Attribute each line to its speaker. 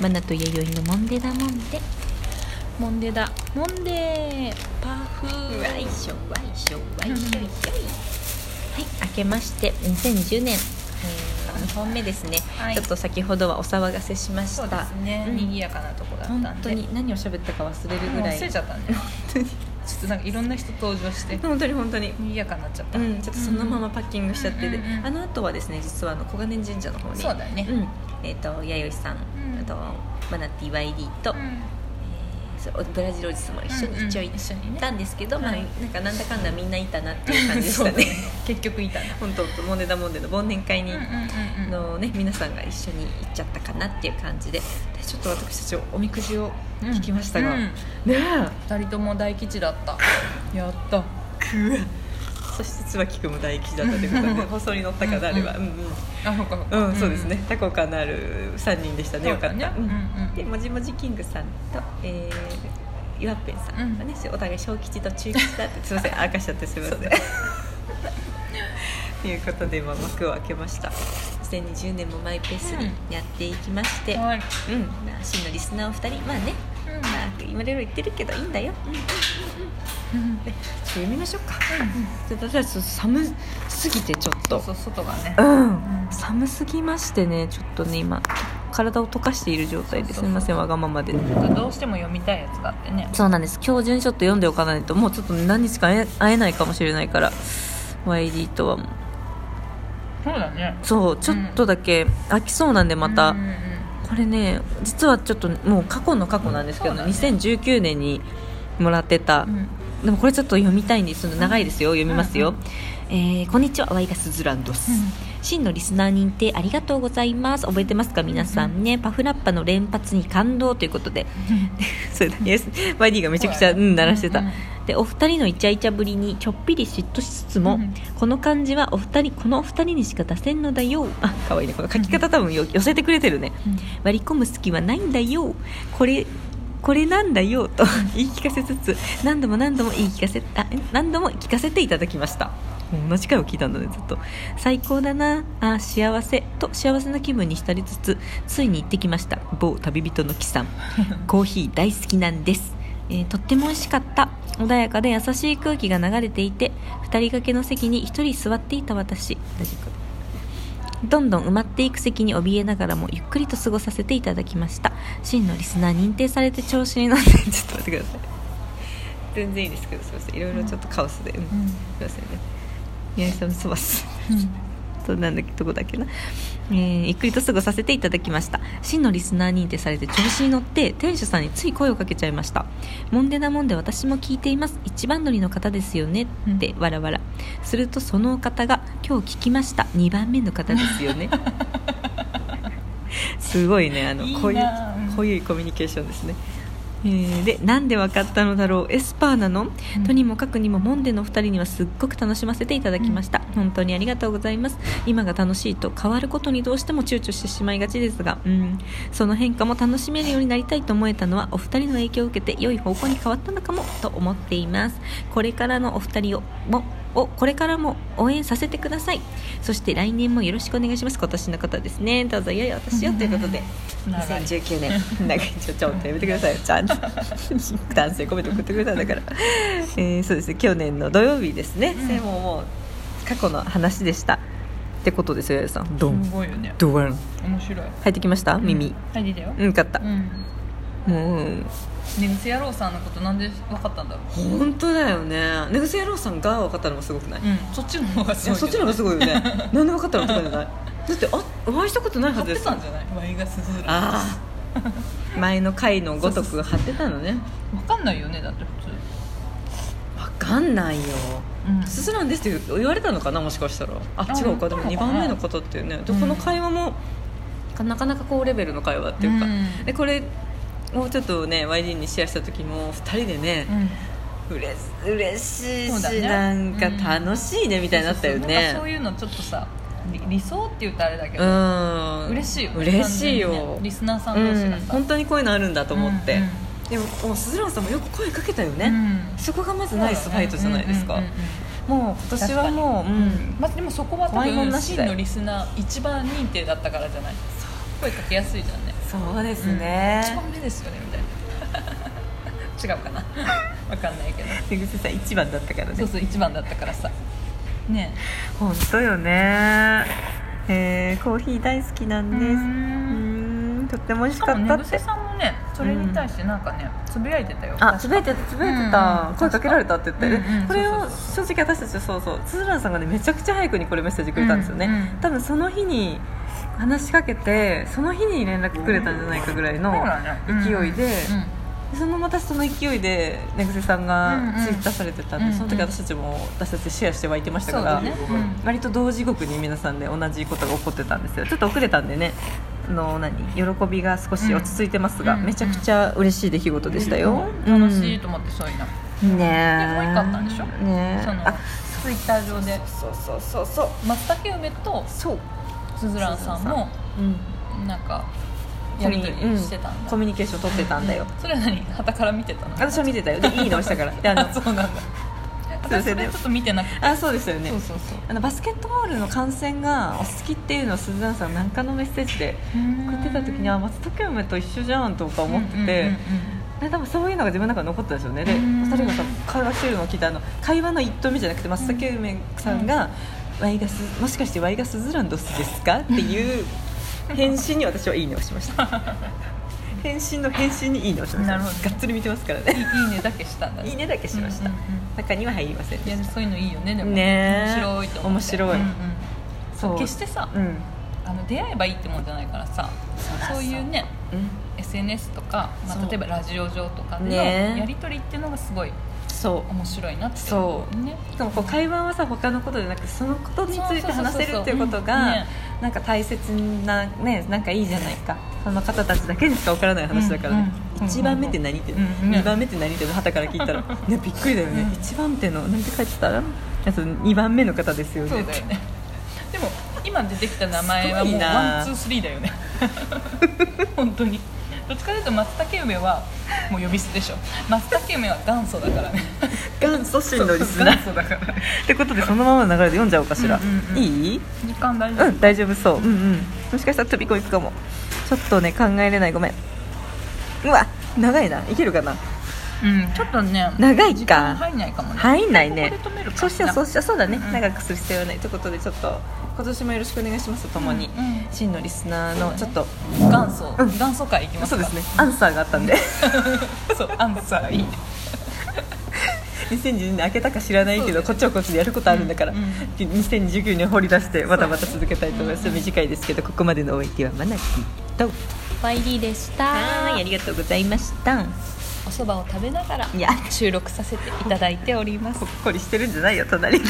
Speaker 1: マナと弥生のモンデだモンデモンデだモンデパフワイショワイショワイショイショイはい明けまして2020年、えー、2本目ですね、
Speaker 2: はい
Speaker 1: ちょっと先ほどはお騒がせしました
Speaker 2: そうですね、
Speaker 1: うん
Speaker 2: 賑やかなとこだったんで
Speaker 1: 本当に何を喋ったか忘れるぐ
Speaker 2: もう
Speaker 1: らい
Speaker 2: 忘れちゃったねちょっとなんかいろんな人登場して
Speaker 1: 本当に本当に
Speaker 2: 賑やかになっちゃった、
Speaker 1: うん、ちょっとそのままパッキングしちゃってて、
Speaker 2: うんうんうん
Speaker 1: あの後はですね実はあの小金神社の方に
Speaker 2: そうだよね
Speaker 1: んえっ、と弥生さん、
Speaker 2: うん
Speaker 1: あとマナティ YD と、
Speaker 2: うん
Speaker 1: えーそうブラジルおじさんも一緒
Speaker 2: うんう
Speaker 1: に
Speaker 2: ん
Speaker 1: 一応行っ
Speaker 2: 一緒にね
Speaker 1: たんですけど、
Speaker 2: はい
Speaker 1: まあ、なんかなんだかんだみんないたなっていう感じでし
Speaker 2: そう
Speaker 1: た
Speaker 2: だね
Speaker 1: ね
Speaker 2: 結局いたな
Speaker 1: 本当モンデダモンデの忘年会に、
Speaker 2: うんうんうんうん
Speaker 1: のね、皆さんが一緒に行っちゃったかなっていう感じででちょっと私たちおみくじを引きましたが、
Speaker 2: うん
Speaker 1: ねえ
Speaker 2: 二人とも大吉だったやった
Speaker 1: そして椿君も大吉だったということ で放送に乗ったかなあれは、
Speaker 2: う
Speaker 1: うんんうん
Speaker 2: あそうかそう
Speaker 1: う
Speaker 2: か
Speaker 1: ん、そうですね、多幸感のある3人でしたねよかった、
Speaker 2: そうだね
Speaker 1: うん
Speaker 2: うんうん
Speaker 1: でもじもじキングさんと、えー、ゆわっぺんさんがね、お互い小吉と中吉だ ってすいません明かしちゃってすいません ということで、まあ、幕を開けました2020年もマイペースにやっていきまして、うん
Speaker 2: はい
Speaker 1: まあ、真のリスナーお二人まあね、
Speaker 2: うん
Speaker 1: まあ、今いろいろ言ってるけどいいんだよ、うん、ちょっ
Speaker 2: うん
Speaker 1: と読みましょうか、ちょっと私たち寒すぎてちょっ
Speaker 2: そ
Speaker 1: と
Speaker 2: うそう外がね
Speaker 1: うん
Speaker 2: うん
Speaker 1: 寒すぎましてねちょっとね今体を溶かしている状態です
Speaker 2: そうそうそう
Speaker 1: すみませんわがままで
Speaker 2: どうしても読みたいやつがあってね
Speaker 1: そうなんです今日中にちょっと読んでおかないともうちょっと何日か会え会えないかもしれないから YD とはもう
Speaker 2: そうだね
Speaker 1: そうちょっとだけ飽きそうなんでまた、
Speaker 2: うんうんうん
Speaker 1: これね実はちょっともう過去の過去なんですけど、
Speaker 2: そうだね
Speaker 1: 2019年にもらってた、
Speaker 2: うん
Speaker 1: でもこれちょっと読みたいんです長いですよ読みますよ、えーこんにちはワイガスズランドス、真のリスナー認定ありがとうございます覚えてますか皆さんね、パフラッパの連発に感動という ことでそれだけです YD がめちゃくちゃ、
Speaker 2: そ
Speaker 1: う
Speaker 2: うだね
Speaker 1: ん、鳴らしてた、
Speaker 2: うんうん
Speaker 1: でお二人のイチャイチャぶりにちょっぴり嫉妬しつつも、
Speaker 2: うん
Speaker 1: この感じはお二人このお二人にしか出せんのだよあ可愛いねこの書き方多分よ寄せてくれてるね、
Speaker 2: うん
Speaker 1: 割り込む隙はないんだよこれこれなんだよと 言い聞かせつつ何度も何度も言い聞かせあえ何度も聞かせていただきましたもう同じ回を聞いたんだねずっと最高だなあ幸せと幸せな気分に浸りつつついに行ってきました某旅人の木さんコーヒー大好きなんです、えーとっても美味しかった穏やかで優しい空気が流れていて二人掛けの席に一人座っていた私大丈夫かどんどん埋まっていく席に怯えながらもゆっくりと過ごさせていただきました真のリスナー認定されて調子に乗ってちょっと待ってください全然いいですけどすいませんいろいろちょっとカオスで、うん
Speaker 2: うん
Speaker 1: すいませんね八重さんそばす
Speaker 2: うん
Speaker 1: そうなんだっけどこだっけな、えーゆっくりと過ごさせていただきました真のリスナー認定されて調子に乗って店主さんについ声をかけちゃいましたもんでなもんで私も聞いています一番乗りの方ですよねってわらわらするとそのお方が今日聞きました2番目の方ですよ ねすごいねあの
Speaker 2: いいなあ
Speaker 1: こういう
Speaker 2: うん
Speaker 1: こういうコミュニケーションですねえーでなんで分かったのだろうエスパーなの、
Speaker 2: うん
Speaker 1: とにもかくにもモンデのお二人にはすっごく楽しませていただきました、本当にありがとうございます今が楽しいと変わることにどうしても躊躇してしまいがちですがうんその変化も楽しめるようになりたいと思えたのはお二人の影響を受けて良い方向に変わったのかもと思っていますこれからのお二人をもをこれからも応援させてくださいそして来年もよろしくお願いします今年の方ですねどうぞ良いお年をということで
Speaker 2: 長い
Speaker 1: 2019年 長いちょちょっとやめてくださいよちゃんと 男性コメント送ってくれたんだから、えーそうですね去年の土曜日ですね、
Speaker 2: うん
Speaker 1: それももう過去の話でしたってことですよ八重さんド
Speaker 2: す
Speaker 1: ン
Speaker 2: ごいよね
Speaker 1: ドワン
Speaker 2: 面白い
Speaker 1: 入ってきました耳
Speaker 2: 入りだよ
Speaker 1: うんよかった
Speaker 2: うん
Speaker 1: もううん
Speaker 2: 寝癖野郎さんのことなんで分かったんだろう
Speaker 1: 本当だよね寝癖野郎さんが分かったのもすごくない,、い
Speaker 2: うんそっちの方がすご
Speaker 1: や
Speaker 2: い
Speaker 1: そっちの方がすごいよね なんで分かったのとかじゃないだってあお会いしたことないはず
Speaker 2: 買
Speaker 1: で
Speaker 2: って
Speaker 1: す
Speaker 2: たんじゃないワイガスズラ
Speaker 1: ああ前の回のごとく貼ってたのね
Speaker 2: 分かんないよねだって普通
Speaker 1: わかんないよ
Speaker 2: うん
Speaker 1: すすらんですって言われたのかなもしかしたらあ
Speaker 2: あ
Speaker 1: 違うかで
Speaker 2: 言った
Speaker 1: も
Speaker 2: のかな
Speaker 1: 2番目の方っていうねで
Speaker 2: うん
Speaker 1: この会話もなかなか高レベルの会話っていうか、
Speaker 2: うん
Speaker 1: でこれをちょっとね YD にシェアした時も2人でね、
Speaker 2: うん
Speaker 1: うれ嬉しい
Speaker 2: そうだ
Speaker 1: し、
Speaker 2: ね
Speaker 1: なんか楽しいねみたいになったよね
Speaker 2: そうそうそうなんかそういうのちょっとさ理理想って言うとあれだけ
Speaker 1: う
Speaker 2: ど
Speaker 1: ん
Speaker 2: 嬉しいよね
Speaker 1: 嬉しいよ、
Speaker 2: 単純にねリスナーさん
Speaker 1: う
Speaker 2: 同士
Speaker 1: ん
Speaker 2: が、さ
Speaker 1: 本当にこういうのあるんだと思って、
Speaker 2: うん
Speaker 1: でももうすずらんさんもよく声かけたよね、
Speaker 2: うん
Speaker 1: そこがまずナイスファイトじゃないですか、
Speaker 2: うんうんうんうん
Speaker 1: もう今年はもう、う
Speaker 2: まあでもそこは多
Speaker 1: 怖いもん
Speaker 2: 分
Speaker 1: なし
Speaker 2: 真
Speaker 1: だよ
Speaker 2: のリスナー一番認定だったからじゃない声かけやすいじゃんね
Speaker 1: そうですね、
Speaker 2: 1番目ですよねみたいな 違うかなわかんないけど
Speaker 1: 手癖さん1番だったからね
Speaker 2: そうそう1番だったからさね
Speaker 1: 本当よねえーコーヒー大好きなんで
Speaker 2: え
Speaker 1: すうーんとっても美味
Speaker 2: し
Speaker 1: し
Speaker 2: か
Speaker 1: かっ
Speaker 2: もね
Speaker 1: た
Speaker 2: ぐ
Speaker 1: っ
Speaker 2: せ
Speaker 1: て
Speaker 2: さんもねそれに対してなんかねつぶやいてたよ
Speaker 1: あつぶ
Speaker 2: 確か
Speaker 1: やいてたつぶやいてた
Speaker 2: うん
Speaker 1: 声かけられたって言って、
Speaker 2: うんうん
Speaker 1: これを
Speaker 2: そ
Speaker 1: 正直私たちそうそう鈴蘭さんがねめちゃくちゃ早くにこれメッセージくれたんですよね、
Speaker 2: うんうん
Speaker 1: 多分その日に話しかけてその日に連絡くれたんじゃないかぐらいの
Speaker 2: そうだね
Speaker 1: 勢いで、
Speaker 2: うん
Speaker 1: そのまたその勢いで寝癖さんが
Speaker 2: うんうん
Speaker 1: ツイッターされてたんで、
Speaker 2: うんうん
Speaker 1: その時私たちも私たちシェアして湧いてました
Speaker 2: そ
Speaker 1: か
Speaker 2: う
Speaker 1: ら、
Speaker 2: だね、
Speaker 1: 割と同時刻に皆さんで同じことが起こってたんですよちょっと遅れたんでねあの何喜びが少し落ち着いてますが、
Speaker 2: うん
Speaker 1: めちゃくちゃ嬉しい出来事でしたよ、
Speaker 2: うん、楽しい
Speaker 1: と
Speaker 2: と思ってそういうの、
Speaker 1: ねえ
Speaker 2: でもう一個あったんでしょ
Speaker 1: ねえ
Speaker 2: その
Speaker 1: あ
Speaker 2: ツイッター上で
Speaker 1: そうそうそうそう
Speaker 2: 松茸梅と
Speaker 1: そう
Speaker 2: すずらんさんも
Speaker 1: うん
Speaker 2: なんかやり取りしてたんだ、
Speaker 1: コミュニケーション取ってたんだよ、
Speaker 2: それは何旗から見てたの
Speaker 1: 私は見てたよでいいのをしたからであの
Speaker 2: あそうなん だ私それちょっと見てなくて
Speaker 1: あそうですよね
Speaker 2: そうそうそう
Speaker 1: あのバスケットボールの観戦がお好きっていうのを鈴蘭さんなんかのメッセージで送ってた時にあ松茸梅と一緒じゃんとか思ってて、
Speaker 2: うんうん
Speaker 1: で多分そういうのが自分の中に残ってたんですよねで
Speaker 2: うん
Speaker 1: 2人がさ会話してるのを聞いたあの会話の一投目じゃなくて松茸梅さんが「ワイガスもしかしてワイガスズランドスですか?」っていう返信に私はいいねをしました 返信の返信にいいねをしました
Speaker 2: なるほど
Speaker 1: がっつり見てますからね
Speaker 2: うんうんいいねだけしたん だ
Speaker 1: いいねだけしました、
Speaker 2: うんうんうん
Speaker 1: 中には入りません
Speaker 2: い
Speaker 1: で
Speaker 2: や
Speaker 1: した
Speaker 2: そういうのいいよねでも
Speaker 1: ねえ
Speaker 2: 面白いと思って
Speaker 1: 面白い
Speaker 2: うんうん
Speaker 1: そう
Speaker 2: 決してさ、
Speaker 1: うん、うん
Speaker 2: あの出会えばいいってもんじゃないからさそういうね SNS とか、ま
Speaker 1: そ
Speaker 2: あ、
Speaker 1: う
Speaker 2: 例えばラジオ上とかの
Speaker 1: ねえ
Speaker 2: やり取りっていうのがすごい
Speaker 1: そう
Speaker 2: 面白いなって
Speaker 1: そ
Speaker 2: ね
Speaker 1: しかもこう会話はさ他のことじゃなくてそのことについて話せるっていうこと
Speaker 2: そうそうそうそううんね
Speaker 1: がなんか大切なねなんかいいじゃないかその方たちだけにしか分からない話だからね、
Speaker 2: うんうん
Speaker 1: 1番目って何って、
Speaker 2: うんね
Speaker 1: 2番目って何ってはたから聞いたら、ね、びっくりだよね、
Speaker 2: うん
Speaker 1: 1番ってのなんて書いてたらあと2番目の方ですよ
Speaker 2: そう
Speaker 1: ね
Speaker 2: だよねでも今出てきた名前は
Speaker 1: す
Speaker 2: も
Speaker 1: ご
Speaker 2: う
Speaker 1: いな
Speaker 2: ワンツースリーだよね 本当にどっちかというと松茸梅はもう呼び捨てでしょ松茸梅は元祖だからね
Speaker 1: 元祖神のリスナ
Speaker 2: 元
Speaker 1: ー
Speaker 2: 祖だから
Speaker 1: ってことでそのままの流れで読んじゃおうかしら、
Speaker 2: うんうんうん
Speaker 1: いい
Speaker 2: 時間大丈
Speaker 1: う
Speaker 2: 夫
Speaker 1: ん大丈夫そううんうんもしかしたら飛び込み行くかもちょっとね考えれないごめんうわ長いないけるかな
Speaker 2: うんちょっとね
Speaker 1: 長い
Speaker 2: 時間
Speaker 1: か
Speaker 2: 入んないかもね
Speaker 1: 入んないね
Speaker 2: ここで止めるか
Speaker 1: そうしたらそうしたらそうだね、
Speaker 2: うん
Speaker 1: 長くする必要はないということでちょっと今年もよろしくお願いしますとともに、
Speaker 2: うんうん
Speaker 1: 真のリスナーのちょっと
Speaker 2: 元祖
Speaker 1: うん
Speaker 2: 元祖会いきます
Speaker 1: そ
Speaker 2: か
Speaker 1: うですねアンサーがあったんで
Speaker 2: そうアンサーいいね
Speaker 1: 2020年明けたか知らないけど、
Speaker 2: そうだね
Speaker 1: こっちはこっちでやることあるんだから、
Speaker 2: うんうん
Speaker 1: 2019年掘り出してまたまた続けたいと思います、
Speaker 2: うん
Speaker 1: 短いですけどここまでのお相手はマナティと
Speaker 2: バイリーでした
Speaker 1: はいありがとうございました
Speaker 2: お蕎麦を食べながら
Speaker 1: いや
Speaker 2: 収録させていただいております
Speaker 1: ほっこりしてるんじゃないよ隣で